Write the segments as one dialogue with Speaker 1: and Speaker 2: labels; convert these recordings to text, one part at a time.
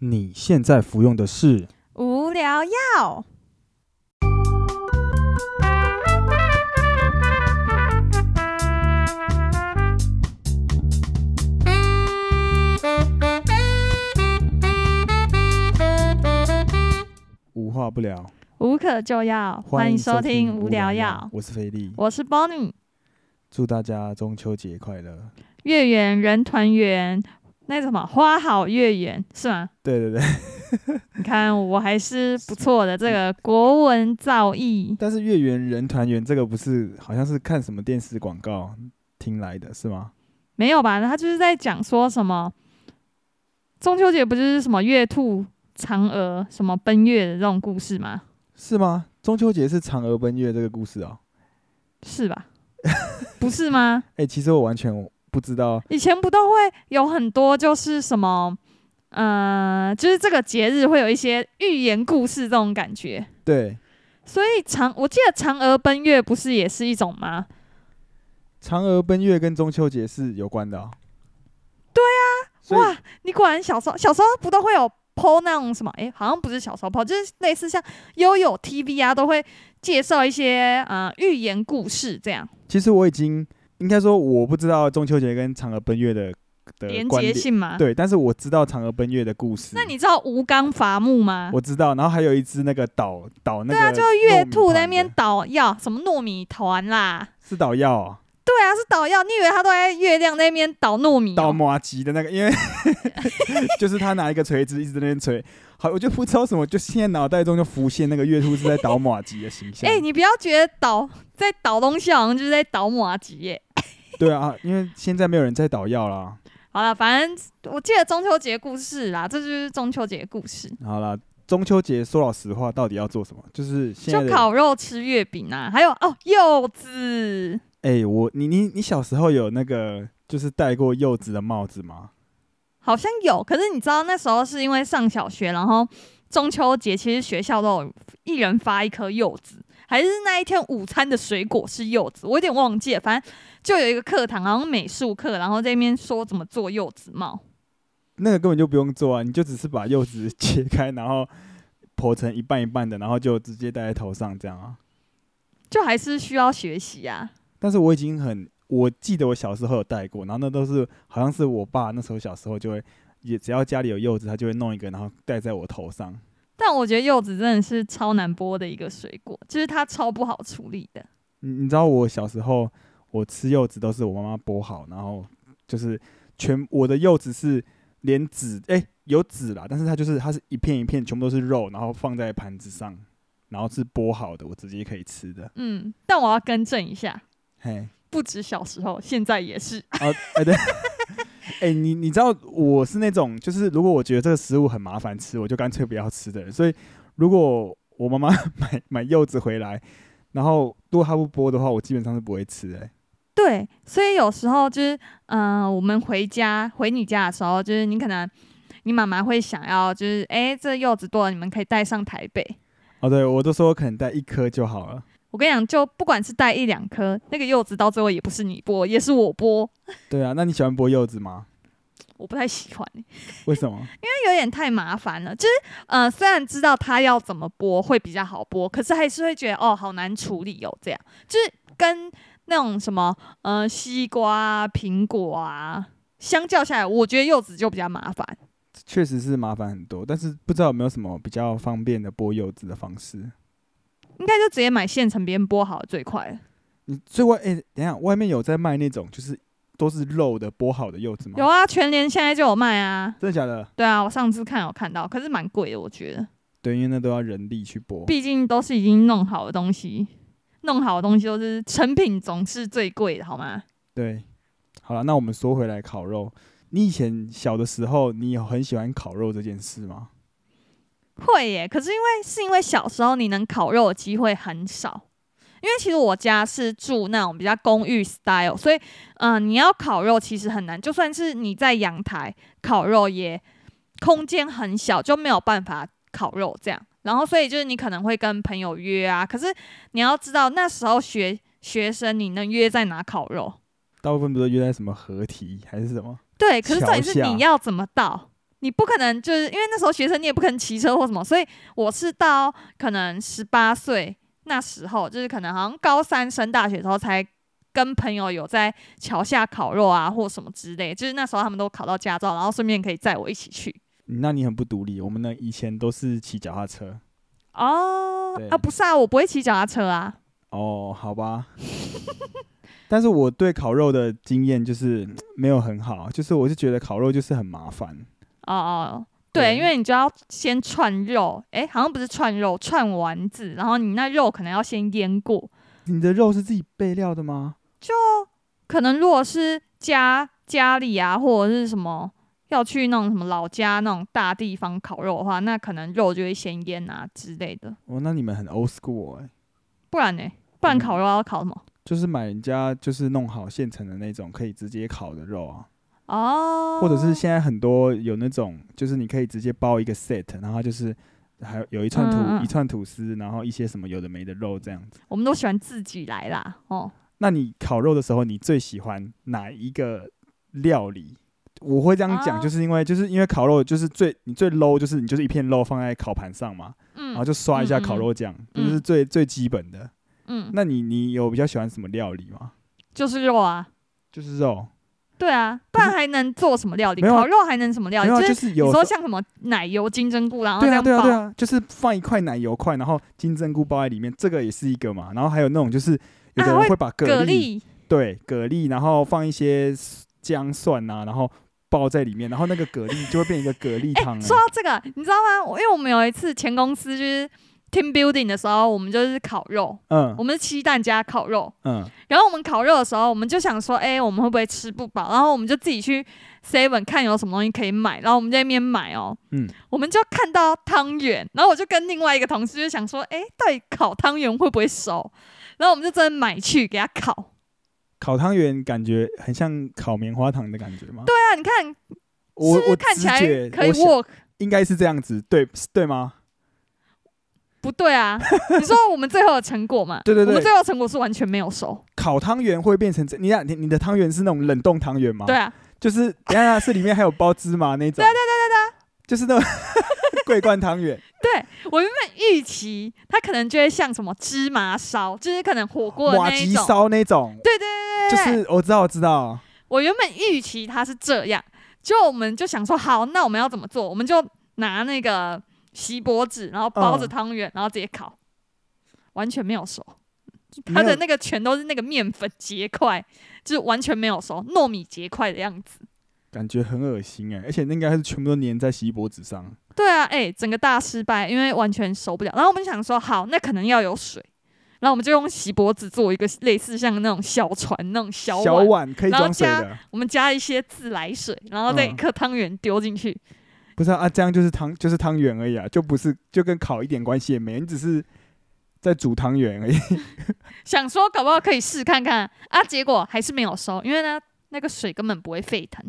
Speaker 1: 你现在服用的是
Speaker 2: 无聊药。
Speaker 1: 无话不聊，
Speaker 2: 无可救药，欢迎收听《无聊药》，
Speaker 1: 我是菲力，
Speaker 2: 我是 Bonnie。
Speaker 1: 祝大家中秋节快乐。
Speaker 2: 月圆人团圆，那个什么花好月圆是吗？
Speaker 1: 对对对，
Speaker 2: 你看我还是不错的，这个国文造诣。
Speaker 1: 但是月圆人团圆这个不是，好像是看什么电视广告听来的，是吗？
Speaker 2: 没有吧？他就是在讲说什么中秋节不就是什么月兔、嫦娥、什么奔月的这种故事吗？
Speaker 1: 是吗？中秋节是嫦娥奔月这个故事哦。
Speaker 2: 是 吧？不是吗？
Speaker 1: 哎、其实我完全不知道，
Speaker 2: 以前不都会有很多就是什么，呃，就是这个节日会有一些寓言故事这种感觉。
Speaker 1: 对，
Speaker 2: 所以嫦，我记得嫦娥奔月不是也是一种吗？
Speaker 1: 嫦娥奔月跟中秋节是有关的、哦。对啊，
Speaker 2: 哇，你果然小时候小时候不都会有 PO 那种什么？诶、好像不是小时候 PO，就是类似像悠悠 TV 啊，都会介绍一些呃寓言故事这样
Speaker 1: 其实我已经应该说我不知道中秋节跟嫦娥奔月的的
Speaker 2: 连
Speaker 1: 关
Speaker 2: 结
Speaker 1: 联，
Speaker 2: 性嘛。
Speaker 1: 呃对，但是我知道嫦娥奔月的故事。
Speaker 2: 啊那你知道吴刚伐木吗？
Speaker 1: 我知道，然后还有一只那个倒倒那个糯米
Speaker 2: 啊，
Speaker 1: 团的，
Speaker 2: 就月兔在那边捣药，什么糯米团啦。
Speaker 1: 是倒药、哦，
Speaker 2: 对啊，是捣药。你以为他都在月亮那边捣糯米、
Speaker 1: 倒
Speaker 2: 哦？
Speaker 1: 麻吉的那个，因 为就是他拿一个锤子一直在那边锤，好，我就不知道什么，就现在脑袋中就浮现那个月兔是在倒马吉的形象。
Speaker 2: 哎、你不要觉得捣在捣东西好像就是在捣马吉耶。
Speaker 1: 对啊，因为现在没有人在倒药啦。
Speaker 2: 好了，反正我记得中秋节故事啦，这就是中秋节故事，
Speaker 1: 好啦，中秋节说老实话，到底要做什么？就是现在
Speaker 2: 就
Speaker 1: 的
Speaker 2: 烤肉吃月饼啊，还有哦柚子，
Speaker 1: 哎、我你你你小时候有那个就是戴过柚子的帽子吗？
Speaker 2: 好像有。可是你知道那时候是因为上小学，然后中秋节其实学校都有一人发一颗柚子，还是那一天午餐的水果是柚子，我有点忘记了。反正就有一个课堂，好像美术课，然后在那边说怎么做柚子帽。
Speaker 1: 那个根本就不用做啊，你就只是把柚子 切开，然后剖成一半一半的，然后就直接戴在头上这样啊。
Speaker 2: 就还是需要学习啊，
Speaker 1: 但是我已经很，我记得我小时候有戴过，然后那都是好像是我爸那时候小时候就会，也只要家里有柚子，他就会弄一个，然后戴在我头上。
Speaker 2: 但我觉得柚子真的是超难剥的一个水果，就是它超不好处理的。
Speaker 1: 你你知道我小时候我吃柚子都是我妈妈剥好，然后就是全我的柚子是连籽哎、有籽啦，但是它就是它是一片一片，全部都是肉，然后放在盘子上，然后是剥好的，我直接可以吃的。
Speaker 2: 嗯，但我要更正一下，
Speaker 1: 嘿，
Speaker 2: 不止小时候，现在也是。
Speaker 1: 哦，哎、对，哎、哎你你知道我是那种，就是如果我觉得这个食物很麻烦吃，我就干脆不要吃的人。所以如果我妈妈 买买柚子回来，然后如果她不剥的话，我基本上是不会吃、哎，
Speaker 2: 对，所以有时候就是，嗯、我们回家回你家的时候，就是你可能你妈妈会想要，就是诶，这柚子多了，你们可以带上台北。
Speaker 1: 哦，对我都说我可能带一颗就好了。
Speaker 2: 我跟你讲，就不管是带一两颗，那个柚子到最后也不是你剥，也是我剥，
Speaker 1: 对啊，那你喜欢剥柚子吗？
Speaker 2: 我不太喜欢、
Speaker 1: 为什么？
Speaker 2: 有点太麻烦了。就是呃，虽然知道它要怎么剥会比较好剥，可是还是会觉得哦，好难处理哦。这样就是跟那种什么呃西瓜、啊、苹果啊，相较下来，我觉得柚子就比较麻烦。
Speaker 1: 确实是麻烦很多，但是不知道有没有什么比较方便的剥柚子的方式。
Speaker 2: 应该就直接买现成别人剥好的最快了。
Speaker 1: 你最外哎、等一下，外面有在卖那种就是都是肉的剥好的柚子吗？
Speaker 2: 有啊，全联现在就有卖啊。
Speaker 1: 真的假的？
Speaker 2: 对啊，我上次看有看到，可是蛮贵的，我觉得，
Speaker 1: 对，因为那都要人力去剥。
Speaker 2: 毕竟都是已经弄好的东西，弄好的东西都是成品，总是最贵的，好吗？
Speaker 1: 对，好了，那我们说回来烤肉，你以前小的时候，你有很喜欢烤肉这件事吗？
Speaker 2: 会耶，可是因为是因为小时候你能烤肉的机会很少，因为其实我家是住那种比较公寓 style，所以嗯、呃你要烤肉其实很难，就算是你在阳台烤肉也空间很小，就没有办法烤肉这样。然后所以就是你可能会跟朋友约啊，可是你要知道那时候学学生你能约在哪烤肉？
Speaker 1: 大部分不是约在什么合体还是什么？
Speaker 2: 对，可是重点是
Speaker 1: 桥下
Speaker 2: 你要怎么到？你不可能就是因为那时候学生，你也不可能骑车或什么，所以我是到可能十八岁那时候，就是可能好像高三升大学的时候才跟朋友有在桥下烤肉啊或什么之类，就是那时候他们都考到驾照，然后顺便可以载我一起去。
Speaker 1: 嗯那你很不独立。我们呢以前都是骑脚踏车。
Speaker 2: 哦
Speaker 1: 对，
Speaker 2: 啊不是啊，我不会骑脚踏车啊。
Speaker 1: 哦，好吧。但是我对烤肉的经验就是嗯没有很好，就是我是觉得烤肉就是很麻烦。
Speaker 2: 哦哦，对，
Speaker 1: 对
Speaker 2: 因为你就要先串肉，诶，好像不是串肉，串丸子，然后你那肉可能要先腌过，
Speaker 1: 你的肉是自己备料的吗？
Speaker 2: 可能如果是家家里啊，或者是什么要去那种什么老家那种大地方烤肉的话，那可能肉就会先腌啊之类的。
Speaker 1: 哦，那你们很 old school 哎、
Speaker 2: 不然呢？不然
Speaker 1: 嗯
Speaker 2: 烤肉要烤什么？
Speaker 1: 就是买人家就是弄好现成的那种可以直接烤的肉啊，
Speaker 2: 哦，
Speaker 1: 或者是现在很多有那种就是你可以直接包一个 set，然后就是还有有一串吐、
Speaker 2: 嗯嗯
Speaker 1: 一串吐司，然后一些什么有的没的肉这样子。
Speaker 2: 我们都喜欢自己来啦。哦，
Speaker 1: 那你烤肉的时候，你最喜欢哪一个料理？我会这样讲，
Speaker 2: 啊
Speaker 1: 就是因为就是因为烤肉就是最你最 low 就是你就是一片肉放在烤盘上嘛，然后
Speaker 2: 嗯
Speaker 1: 就刷一下烤
Speaker 2: 嗯嗯
Speaker 1: 肉酱，这、
Speaker 2: 嗯
Speaker 1: 是最最基本的。
Speaker 2: 嗯，
Speaker 1: 那你你有比较喜欢什么料理吗？
Speaker 2: 就是肉啊。
Speaker 1: 就是肉，
Speaker 2: 对啊，不然还能做什么料理？
Speaker 1: 没有啊
Speaker 2: 烤肉还能什么料
Speaker 1: 没
Speaker 2: 理？
Speaker 1: 有啊
Speaker 2: 就
Speaker 1: 就是是
Speaker 2: 你
Speaker 1: 有
Speaker 2: 说像什么奶油金针菇，然后这
Speaker 1: 对啊
Speaker 2: 样
Speaker 1: 对啊对
Speaker 2: 爆，
Speaker 1: 啊，就是放一块奶油块，然后金针菇包在里面，这个也是一个嘛。然后还有那种就是有的
Speaker 2: 啊
Speaker 1: 人
Speaker 2: 会
Speaker 1: 会把
Speaker 2: 蛤
Speaker 1: 蛤蜊，
Speaker 2: 蜊哦
Speaker 1: 对蛤蜊，然后放一些姜蒜呐、然后爆在里面，然后那个蛤蜊就会变一个蛤 蜊汤、欸。
Speaker 2: 哎说到这个，你知道吗？我因为我们有一次前公司就是 team building 的时候，我们就是烤肉，
Speaker 1: 嗯
Speaker 2: 我们是鸡蛋加烤肉。
Speaker 1: 嗯，
Speaker 2: 然后我们烤肉的时候，我们就想说，哎、我们会不会吃不饱？然后我们就自己去 seven 看有什么东西可以买，然后我们在那边买哦。
Speaker 1: 嗯，
Speaker 2: 我们就看到汤圆，然后我就跟另外一个同事就想说，哎、到底烤汤圆会不会熟？然后我们就真的买去给他烤。
Speaker 1: 烤汤圆感觉很像烤棉花糖的感觉吗？对，
Speaker 2: 对啊，你看
Speaker 1: 我
Speaker 2: 是不是
Speaker 1: 我
Speaker 2: 看
Speaker 1: 直
Speaker 2: 起来
Speaker 1: 觉
Speaker 2: 可以
Speaker 1: 我想
Speaker 2: work？
Speaker 1: 应该是这样子，对是对吗？
Speaker 2: 不对啊，你说我们最后的成果嘛？
Speaker 1: 对对对
Speaker 2: 我们最后的成果是完全没有熟。
Speaker 1: 烤汤圆会变成这，你想你你的汤圆是那种冷冻汤圆吗？
Speaker 2: 对，啊，
Speaker 1: 就是等一下是里面还有包芝麻那种。对对对对对，就是那种 桂冠汤圆。
Speaker 2: 我原本预期它可能就会像什么芝麻烧，就是可能火锅的
Speaker 1: 瓦
Speaker 2: 那一
Speaker 1: 吉
Speaker 2: 种。
Speaker 1: 烧那种，
Speaker 2: 对对对
Speaker 1: 就
Speaker 2: 对对，
Speaker 1: 是我知道我知道，
Speaker 2: 我原本预期它是这样，就我们就想说，好，那我们要怎么做？我们就拿那个锡箔纸，然后包着
Speaker 1: 嗯
Speaker 2: 汤圆，然后直接烤，完全没有熟。
Speaker 1: 没
Speaker 2: 它
Speaker 1: 有
Speaker 2: 的那个全都是那个面粉结块，就是完全没有熟，糯米结块的样子。
Speaker 1: 感觉很恶心哎、而且那应该是全部都粘在锡箔纸上。
Speaker 2: 对啊，哎、整个大失败，因为完全熟不了。然后我们想说，好，那可能要有水，然后我们就用锡箔纸做一个类似像那种小船那种小碗，
Speaker 1: 小碗可以
Speaker 2: 然后
Speaker 1: 装水
Speaker 2: 加
Speaker 1: 的，
Speaker 2: 我们加一些自来水，然后再一
Speaker 1: 嗯
Speaker 2: 颗汤圆丢进去。
Speaker 1: 不是啊啊，这样就是汤就是汤圆而已啊，就不是就跟烤一点关系也没有，你只是在煮汤圆而已。
Speaker 2: 想说搞不好可以试看看啊，结果还是没有收，因为呢那个水根本不会沸腾。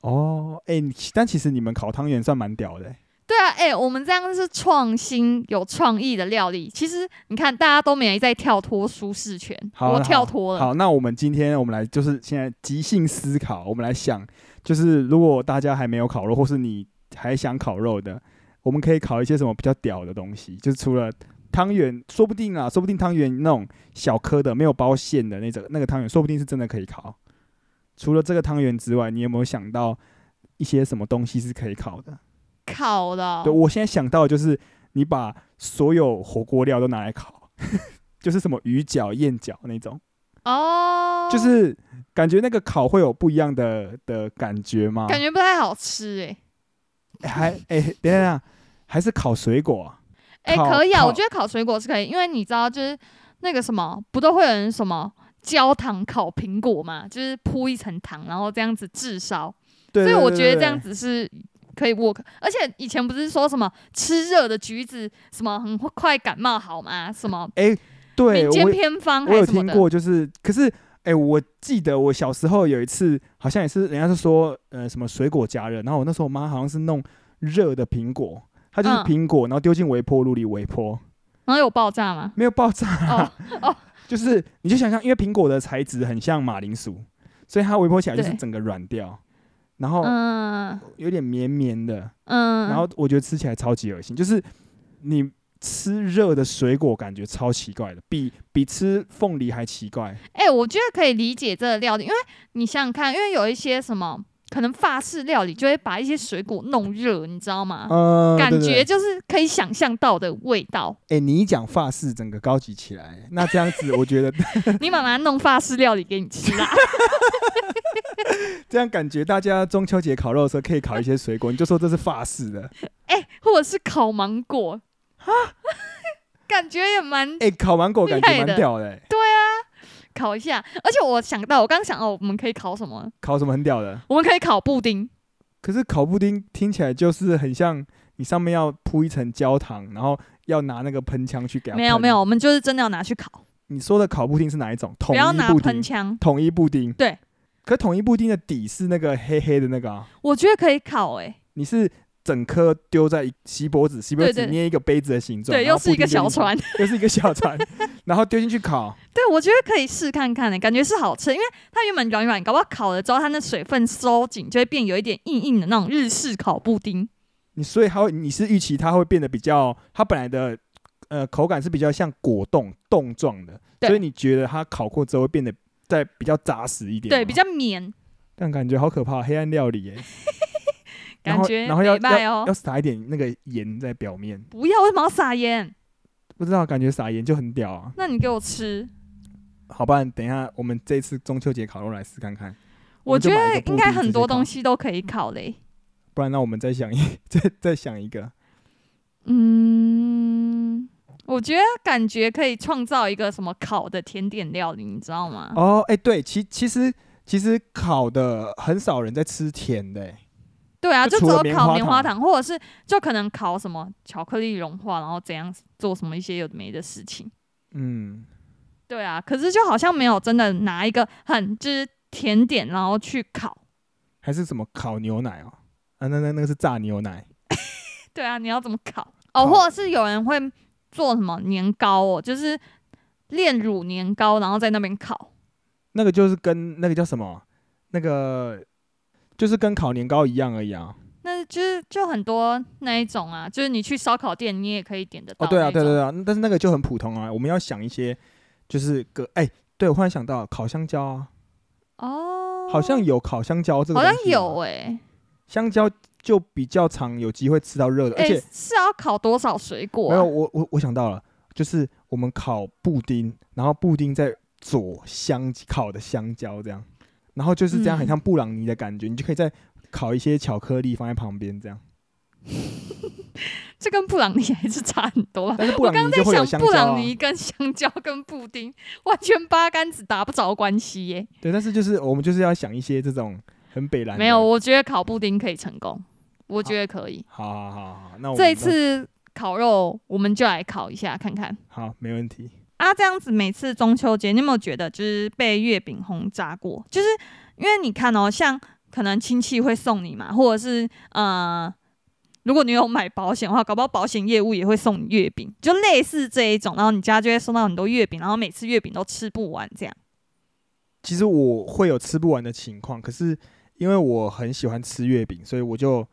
Speaker 1: 哦，哎、你但其实你们烤汤圆算蛮屌的、欸，
Speaker 2: 对啊，哎、我们这样是创新有创意的料理。其实你看，大家都没在跳脱舒适圈，
Speaker 1: 好
Speaker 2: 我
Speaker 1: 好
Speaker 2: 跳脱了。
Speaker 1: 好，啊那我们今天我们来就是现在即兴思考，我们来想，就是如果大家还没有烤肉，或是你还想烤肉的，我们可以烤一些什么比较屌的东西？就是除了汤圆，说不定啊，说不定汤圆那种小颗的没有包馅的那种那个汤圆，说不定是真的可以烤。除了这个汤圆之外，你有没有想到一些什么东西是可以烤的？
Speaker 2: 烤的
Speaker 1: 对
Speaker 2: 哦，
Speaker 1: 我现在想到的就是你把所有火锅料都拿来烤， 就是什么鱼饺、燕饺那种。啊
Speaker 2: 哦
Speaker 1: 就是感觉那个烤会有不一样的的感觉吗？
Speaker 2: 感觉不太好吃哎、
Speaker 1: 还哎、等一下等一下，还是烤水果、啊？
Speaker 2: 哎、
Speaker 1: 烤
Speaker 2: 可以啊，
Speaker 1: 烤
Speaker 2: 我觉得烤水果是可以，因为你知道，就是那个什么，不都会有人什么焦糖烤苹果嘛，就是铺一层糖，然后这样子炙烧，
Speaker 1: 对
Speaker 2: 所以
Speaker 1: 对
Speaker 2: 我
Speaker 1: 对
Speaker 2: 觉得
Speaker 1: 对
Speaker 2: 这样子是可以 work。而且以前不是说什么吃热的橘子什么很快感冒好吗？什么
Speaker 1: 对
Speaker 2: 民
Speaker 1: 我
Speaker 2: 间
Speaker 1: 有
Speaker 2: 偏方
Speaker 1: 我
Speaker 2: 还
Speaker 1: 有
Speaker 2: 是什么
Speaker 1: 听
Speaker 2: 的？
Speaker 1: 过，就是可是哎、我记得我小时候有一次，好像也是人家是说呃什么水果加热，然后我那时候我妈好像是弄热的苹果，它就是
Speaker 2: 嗯
Speaker 1: 苹果，然后丢进微波炉里微波，
Speaker 2: 然后有爆炸 吗？
Speaker 1: 没有爆炸，
Speaker 2: 哦
Speaker 1: 就是你就想象，因为苹果的材质很像马铃薯，所以它微波起来就是
Speaker 2: 对
Speaker 1: 整个软掉。然后
Speaker 2: 嗯
Speaker 1: 有点绵绵的，
Speaker 2: 嗯，
Speaker 1: 哦然后我觉得吃起来超级恶心，就是你吃热的水果感觉超奇怪的，比比吃凤梨还奇怪。
Speaker 2: 哎、我觉得可以理解这个料理，因为你想想看，因为有一些什么可能法式料理就会把一些水果弄热，你知道吗？
Speaker 1: 嗯，
Speaker 2: 哦感
Speaker 1: 对对
Speaker 2: 觉就是可以想象到的味道。
Speaker 1: 哎、你一讲法式，整个高级起 来。那这样子，我觉得
Speaker 2: 你妈妈弄法式料理给你吃啦，
Speaker 1: 这样感觉大家中秋节烤肉的时候可以烤一些水果，你就说这是法式的。
Speaker 2: 哎、或者是烤芒果， 感觉也蛮
Speaker 1: 哎、烤芒果感
Speaker 2: 厉害
Speaker 1: 觉
Speaker 2: 的
Speaker 1: 蛮屌的、欸，
Speaker 2: 烤一下。而且我想到，我刚想到我们可以烤什么？
Speaker 1: 烤什么很屌的。
Speaker 2: 我们可以烤布丁。
Speaker 1: 可是烤布丁听起来就是很像你上面要铺一层焦糖，然后要拿那个喷枪去给它。
Speaker 2: 没有没有，，我们就是真的要拿去烤，
Speaker 1: 你说的烤布丁是哪一种？
Speaker 2: 不
Speaker 1: 统
Speaker 2: 要
Speaker 1: 一
Speaker 2: 拿
Speaker 1: 布
Speaker 2: 喷
Speaker 1: 丁。
Speaker 2: 枪。
Speaker 1: 统一布丁。
Speaker 2: 对。
Speaker 1: 可统一布丁的底是那个黑黑的那个啊，
Speaker 2: 我觉得可以烤、哎，
Speaker 1: 你是整颗丢在一锡箔纸，锡箔
Speaker 2: 对
Speaker 1: 纸
Speaker 2: 对
Speaker 1: 捏一个杯子的形状，
Speaker 2: 对，
Speaker 1: 然
Speaker 2: 又
Speaker 1: 后
Speaker 2: 是一
Speaker 1: 布丁
Speaker 2: 个
Speaker 1: 就
Speaker 2: 小
Speaker 1: 进去
Speaker 2: 船。
Speaker 1: 又是一个小船，然后丢进去烤。
Speaker 2: 对，我觉得可以试看看欸的、感觉是好吃，因为它原本软软，搞不好烤了之后，它那水分收紧，就会变有一点硬硬的那种日式烤布丁。
Speaker 1: 你所以它会，你是预期它会变得比较，它本来的呃口感是比较像果冻冻状的，
Speaker 2: 对
Speaker 1: 所以你觉得它烤过之后会变得再比较扎实一点吗，
Speaker 2: 对，比较绵，
Speaker 1: 但感觉好可怕，黑暗料理耶、然
Speaker 2: 感
Speaker 1: 后
Speaker 2: 觉
Speaker 1: 然后要
Speaker 2: 美拜
Speaker 1: 要
Speaker 2: 哦
Speaker 1: 要。撒一点那个盐在表面，
Speaker 2: 不要，为什么要撒盐？
Speaker 1: 不知道感觉撒盐就很屌啊。
Speaker 2: 那你给我吃，
Speaker 1: 好吧，等一下我们这次中秋节烤肉来试看看，我
Speaker 2: 我
Speaker 1: 们就
Speaker 2: 觉
Speaker 1: 买
Speaker 2: 得
Speaker 1: 一个
Speaker 2: 应该
Speaker 1: 布丁
Speaker 2: 很多
Speaker 1: 直接烤
Speaker 2: 东西都可以烤嘞、
Speaker 1: 不然那我们再想一 再再想一个。
Speaker 2: 嗯，我觉得感觉可以创造一个什么烤的甜点料理，你知道吗？
Speaker 1: 哦，哎、对，其其实其实烤的很少人在吃甜的、欸，
Speaker 2: 对啊，
Speaker 1: 就
Speaker 2: 就
Speaker 1: 除
Speaker 2: 只
Speaker 1: 了
Speaker 2: 有
Speaker 1: 棉
Speaker 2: 烤
Speaker 1: 花
Speaker 2: 棉花糖，或者是就可能烤什么巧克力融化，然后怎样做什么一些有的没的事情。
Speaker 1: 嗯。
Speaker 2: 对啊，可是就好像没有真的拿一个很就是甜点然后去烤。
Speaker 1: 还是什么烤牛奶哦？啊，那那那个是炸牛奶，
Speaker 2: 对啊，你要怎么烤？
Speaker 1: 烤
Speaker 2: 哦，或者是有人会做什么年糕哦，就是炼乳年糕，然后在那边烤。
Speaker 1: 那个就是跟那个叫什么，那个就是跟烤年糕一样而已啊。
Speaker 2: 那就是就很多那一种啊，就是你去烧烤店你也可以点得到
Speaker 1: 哦，
Speaker 2: 那种。
Speaker 1: 对啊，对对对啊，但是那个就很普通啊。我们要想一些，就是个哎、对我忽然想到烤香蕉啊，
Speaker 2: 哦，
Speaker 1: 好像有烤香蕉这个，
Speaker 2: 好像有
Speaker 1: 哎、
Speaker 2: 哎、
Speaker 1: 香蕉就比较常有机会吃到热的，而
Speaker 2: 哎、
Speaker 1: 且、
Speaker 2: 是要烤多少水果、
Speaker 1: 没
Speaker 2: 啊
Speaker 1: 有？我我我想到了，就是我们烤布丁，然后布丁再佐香烤的香蕉这样，然后就是这样，很
Speaker 2: 嗯
Speaker 1: 像布朗尼的感觉，你就可以再烤一些巧克力放在旁边 这样。
Speaker 2: 这跟布朗尼还是差很多吧？
Speaker 1: 但是布
Speaker 2: 我
Speaker 1: 朗
Speaker 2: 刚
Speaker 1: 尼
Speaker 2: 在
Speaker 1: 就会有
Speaker 2: 想，
Speaker 1: 香
Speaker 2: 布
Speaker 1: 蕉、啊
Speaker 2: 朗，尼跟香蕉跟布丁完全八竿子打不着关系耶、
Speaker 1: 对，但是就是我们就是要想一些这种很北蓝的。
Speaker 2: 没有，我觉得烤布丁可以成功，我觉得可以。
Speaker 1: 哎好好好好，那我们
Speaker 2: 这一次烤肉我们就来烤一下看看
Speaker 1: 好没问题。
Speaker 2: 啊。这样子每次中秋节，你有没有觉得就是被月饼轰炸过？就是因为你看哦，像可能亲戚会送你嘛，或者是呃。如果你有买保险的话，搞不好保险业务也会送你月饼，就类似这一种，然后你家就会收到很多月饼，然后每次月饼都吃不完这样。
Speaker 1: 其实我会有吃不完的情况，可是因为我很喜欢吃月饼，所以我就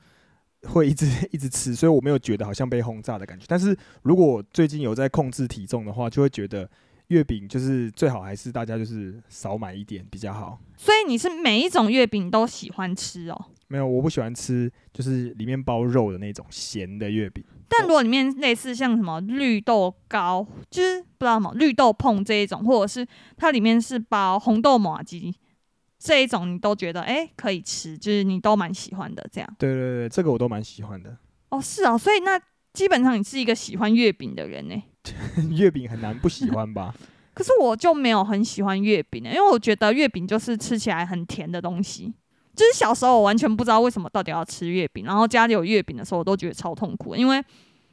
Speaker 1: 会一直 一直吃，所以我没有觉得好像被轰炸的感觉。但是如果我最近有在控制体重的话，就会觉得月饼就是最好还是大家就是少买一点比较好。
Speaker 2: 所以你是每一种月饼都喜欢吃哦，
Speaker 1: 没有，我不喜欢吃就是里面包肉的那种咸的月饼。
Speaker 2: 但如果里面类似像什么绿豆糕，就是不知道什么绿豆碰这一种，或者是它里面是包红豆麻鸡这一种，你都觉得哎、诶可以吃，就是你都蛮喜欢的这样。
Speaker 1: 对对对，这个我都蛮喜欢 的。
Speaker 2: 哦，是啊，所以那基本上你是一个喜欢月饼的人欸呢、
Speaker 1: 月饼很难不喜欢吧？
Speaker 2: 可是我就没有很喜欢月饼、欸，因为我觉得月饼就是吃起来很甜的东西。就是小时候我完全不知道为什么到底要吃月饼，然后家里有月饼的时候，我都觉得超痛苦，因为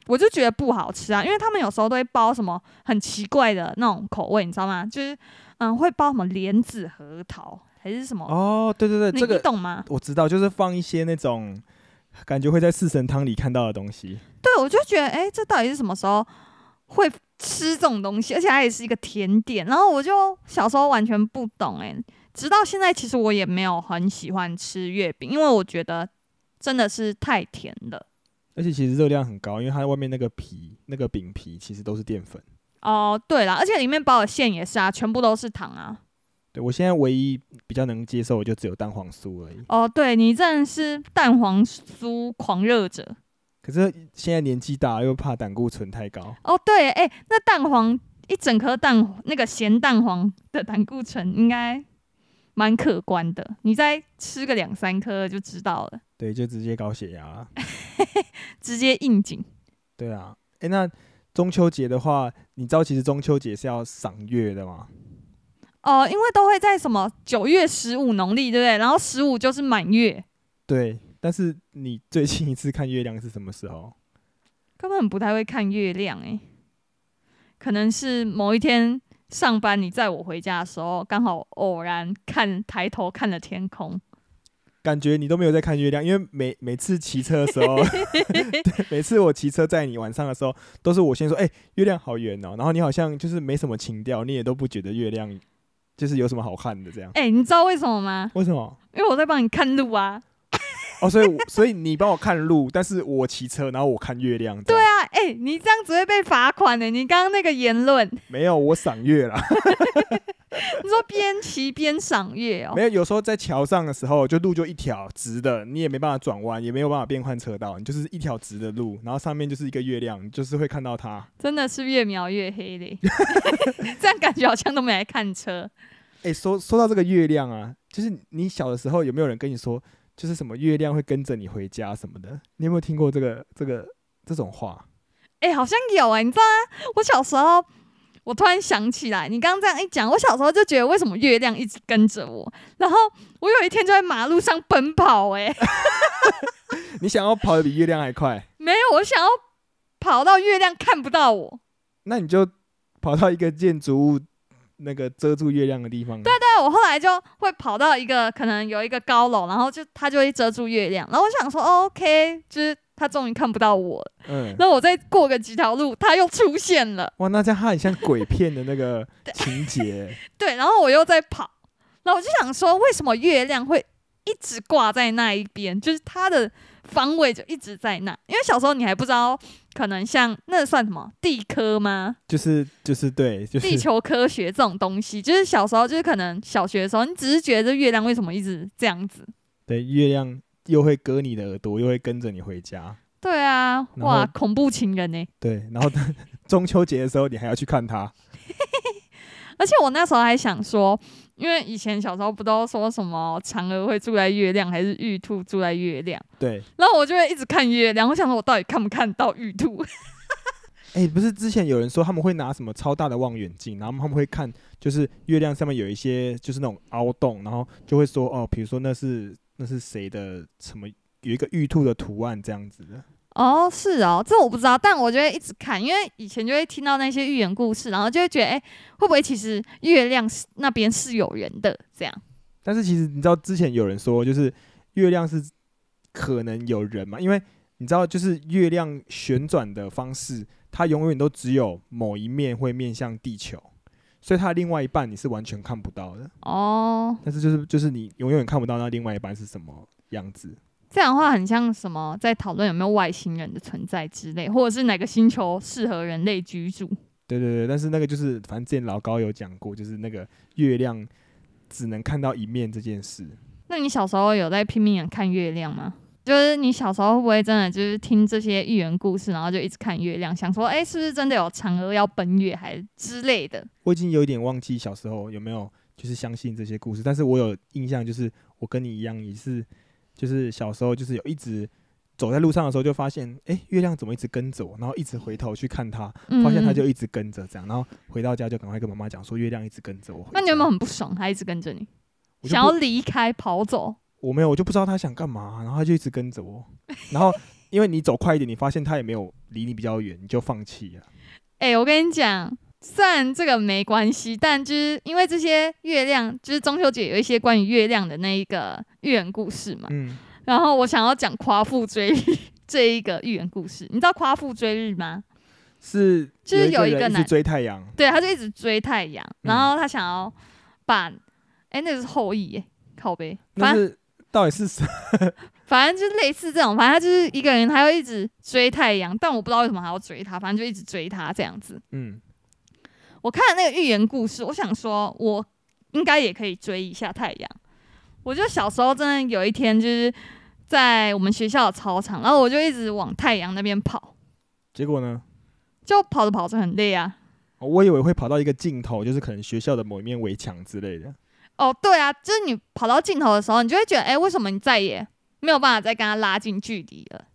Speaker 2: 我就觉得不好吃啊。因为他们有时候都会包什么很奇怪的那种口味，你知道吗？就是嗯，会包什么莲子核桃还是什么，
Speaker 1: 哦，对对对，
Speaker 2: 你
Speaker 1: 这
Speaker 2: 你
Speaker 1: 个
Speaker 2: 懂吗？
Speaker 1: 我知道，就是放一些那种感觉会在四神汤里看到的东西。
Speaker 2: 对，我就觉得哎、诶这到底是什么时候会吃这种东西？而且它也是一个甜点，然后我就小时候完全不懂哎、诶直到现在，其实我也没有很喜欢吃月饼，因为我觉得真的是太甜了。
Speaker 1: 而且其实热量很高，因为它外面那个皮、那个饼皮其实都是淀粉。
Speaker 2: 哦，对了，而且里面包的馅也是啊，全部都是糖啊。
Speaker 1: 对我现在唯一比较能接受的就只有蛋黄酥而已。
Speaker 2: 哦，对你真的是蛋黄酥狂热者。
Speaker 1: 可是现在年纪大了又怕胆固醇太高，
Speaker 2: 哦，对，哎、那蛋黄一整颗蛋，那个咸蛋黄的胆固醇应该蛮可观的，你再吃个两三颗就知道了，
Speaker 1: 对，就直接高血压了。
Speaker 2: 直接应景。
Speaker 1: 对啊，诶，那中秋节的话，你知道其实中秋节是要赏月的吗？
Speaker 2: 哦、因为都会在什么九月十五农历，对不对？然后十五就是满月，
Speaker 1: 对，但是你最近一次看月亮是什么时候？
Speaker 2: 根本不太会看月亮、哎，可能是某一天上班你载我回家的时候，刚好偶然看抬头看了天空。
Speaker 1: 感觉你都没有在看月亮，因为每每次骑车的时候，对，每次我骑车载你晚上的时候，都是我先说，哎、月亮好圆哦，然后你好像就是没什么情调，你也都不觉得月亮就是有什么好看的这 样，
Speaker 2: 哎、你知道为什么吗？
Speaker 1: 为什么？
Speaker 2: 因为我在帮你看路啊。
Speaker 1: 哦，所以我所以你帮我看路，但是我骑车，然后我看月亮，
Speaker 2: 对
Speaker 1: 啊，
Speaker 2: 啊，哎、你这样只会被罚款的、你刚刚那个言论，你
Speaker 1: 没有我赏月啦，
Speaker 2: 说边骑边赏月哦、
Speaker 1: 没有，有时候在桥上的时候，就路就一条直的，你也没办法转弯，也没有办法变换车道，你就是一条直的路，然后上面就是一个月亮，你就是会看到它。
Speaker 2: 真的是越描越黑嘞。 这样感觉好像都没来看车。
Speaker 1: 哎、说说到这个月亮啊，就是你小的时候有没有人跟你说，就是什么月亮会跟着你回家什么的？你有没有听过这个这个这种话？
Speaker 2: 哎、好像有哎、你知道吗？我小时候，我突然想起来，你刚刚这样一讲，我小时候就觉得为什么月亮一直跟着我，然后我有一天就在马路上奔跑、哎，
Speaker 1: 你想要跑得比月亮还快，
Speaker 2: 没有，我想要跑到月亮看不到我。
Speaker 1: 那你就跑到一个建筑物那个遮住月亮的地方。对啊对，
Speaker 2: 我后来就会跑到一个可能有一个高楼，然后就它就会遮住月亮，然后我想说、哦、OK，就是它终于看不到我了。
Speaker 1: 嗯，
Speaker 2: 那我再过个几条路，哦它又出现了，
Speaker 1: 哇，那这样它很像鬼片的那个情节。
Speaker 2: 对，然后我又在跑，然后我就想说，为什么月亮会一直挂在那一边？就是它的方位就一直在那，因为小时候你还不知道，可能像那算什么地 科吗？
Speaker 1: 就是就是对，就
Speaker 2: 地
Speaker 1: 是
Speaker 2: 球科学这种东西，就是小时候就是可能小学的时候，你只是觉得月亮为什么一直这样子。
Speaker 1: 对月亮又会割你的耳朵，又会跟着你回家。
Speaker 2: 对啊，
Speaker 1: 然
Speaker 2: 哇，
Speaker 1: 后
Speaker 2: 恐怖情人呢、欸
Speaker 1: 对，然后 中秋节的时候你还要去看它。
Speaker 2: 而且我那时候还想说，因为以前小时候不都说什么嫦娥会住在月亮，还是玉兔住在月亮，
Speaker 1: 对，
Speaker 2: 然后我就会一直看月亮，我想说我到底看不看到玉 兔？
Speaker 1: 哎、不是之前有人说他们会拿什么超大的望远镜，然后他们会看，就是月亮上面有一些就是那种凹洞，然后就会说哦，比如说那是那是谁的什么有一个玉兔的图案这样子的。
Speaker 2: 哦，是哦，这我不知道，但我就会一直看，因为以前就会听到那些寓言故事，然后就会觉得，哎、会不会其实月亮是那边是有人的？这样
Speaker 1: 但是其实你知道之前有人说，就是月亮是可能有人嘛，因为你知道就是月亮旋转的方式，它永远都只有某一面会面向地球，所以它另外一半你是完全看不到的。
Speaker 2: 哦，
Speaker 1: 但是就是就是你永远看不到那另外一半是什么样子。
Speaker 2: 这样的话很像什么，在讨论有没有外星人的存在之类，或者是哪个星球适合人类居住。
Speaker 1: 对对对，但是那个就是，反正之前老高有讲过，就是那个月亮只能看到一面这件事。
Speaker 2: 那你小时候有在拼命眼看月亮吗？就是你小时候会不会真的就是听这些寓言故事，然后就一直看月亮，想说，哎、是不是真的有嫦娥要奔月还是之类的？
Speaker 1: 我已经有一点忘记小时候有没有就是相信这些故事，但是我有印象，就是我跟你一样，也是就是小时候就是有一直走在路上的时候，就发现哎、诶月亮怎么一直跟着我，然后一直回头去看它， 发现它就
Speaker 2: 嗯。
Speaker 1: 一直跟着这样，然后回到家就赶快跟妈妈讲说月亮一直跟着我回家。
Speaker 2: 那你有没有很不爽？他一直跟着你，
Speaker 1: 我就
Speaker 2: 想
Speaker 1: 不
Speaker 2: 要离开跑走？
Speaker 1: 我没有，我就不知道他想干嘛，然后他就一直跟着我，然 后因为你走快一点，你发现他也没有离你比较远，你就放弃了。
Speaker 2: 哎、我跟你讲，虽然这个没关系，但就是因为这些月亮，就是中秋节有一些关于月亮的那一个寓言故事嘛。
Speaker 1: 嗯，
Speaker 2: 然后我想要讲夸父追日 这一个寓言故事，你知道夸父追日吗？
Speaker 1: 是
Speaker 2: 就是有
Speaker 1: 有
Speaker 2: 一
Speaker 1: 一
Speaker 2: 个
Speaker 1: 个人一
Speaker 2: 男
Speaker 1: 直追太阳，嗯
Speaker 2: 对，他就一直追太阳，然后他想要把哎、那个是后羿耶，靠背，
Speaker 1: 那
Speaker 2: 反正
Speaker 1: 是到底是什么？
Speaker 2: 反正就是类似这种，反正他就是一个人，他会一直追太阳，但我不知道为什么还要追他，反正就一直追他这样子。
Speaker 1: 嗯，
Speaker 2: 我看了那个寓言故事，我想说，我应该也可以追一下太阳。我就小时候真的有一天就是在我们学校的操场，然后我就一直往太阳那边跑，
Speaker 1: 结果呢？哦
Speaker 2: 就跑着跑着很累啊。
Speaker 1: 我以为会跑到一个尽头，就是可能学校的某一面围墙之类的。
Speaker 2: 哦，对啊，就是你跑到尽头的时候，你就会觉得，哎、为什么你再也没有办法再跟他拉近距离了？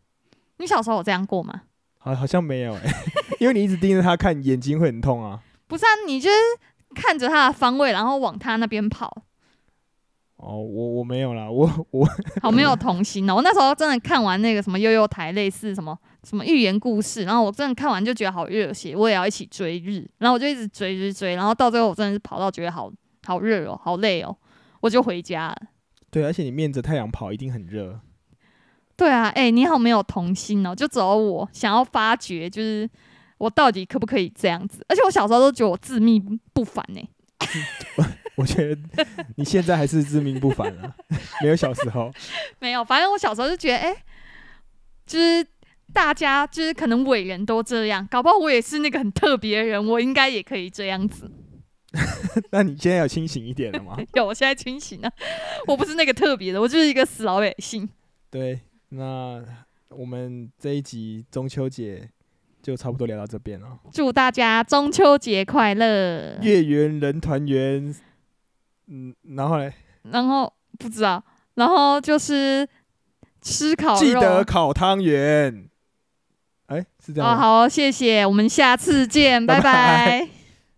Speaker 2: 你小时候有这样过吗？
Speaker 1: 好，好像没有哎、 因为你一直盯着他看，眼睛会很痛啊。
Speaker 2: 不是啊，你就是看着他的方位，然后往他那边跑，
Speaker 1: 哦，我我没有啦，我我
Speaker 2: 好没有童心哦。我那时候真的看完那个什么悠悠台类似什么什么寓言故事，然后我真的看完就觉得好热血，我也要一起追日，然后我就一直追追追，然后到最后我真的是跑到觉得好好热哦，好累哦，我就回家了。
Speaker 1: 对，而且你面着太阳跑，一定很热。
Speaker 2: 对啊，哎、你好没有童心哦，就只有我想要发掘，就是我到底可不可以这样子？而且我小时候都觉得我自命不凡欸呢、
Speaker 1: 我觉得你现在还是知命不凡啊， 没有小时候。
Speaker 2: 没有，反正我小时候就觉得，哎、就是大家就是可能伟人都这样，搞不好我也是那个很特别的人，我应该也可以这样子。
Speaker 1: 那你现在有清醒一点了吗？
Speaker 2: 有，我现在清醒了，我不是那个特别的，我就是一个死老百姓。
Speaker 1: 对，那我们这一集中秋节就差不多聊到这边了。
Speaker 2: 祝大家中秋节快乐！
Speaker 1: 月圆人团圆，嗯，然后嘞，
Speaker 2: 然后不知道，然后就是吃烤肉，
Speaker 1: 记得烤汤圆。哎、是这样
Speaker 2: 哦，
Speaker 1: 吗？
Speaker 2: 好，谢谢，我们下次见，
Speaker 1: 拜
Speaker 2: 拜
Speaker 1: 拜
Speaker 2: 拜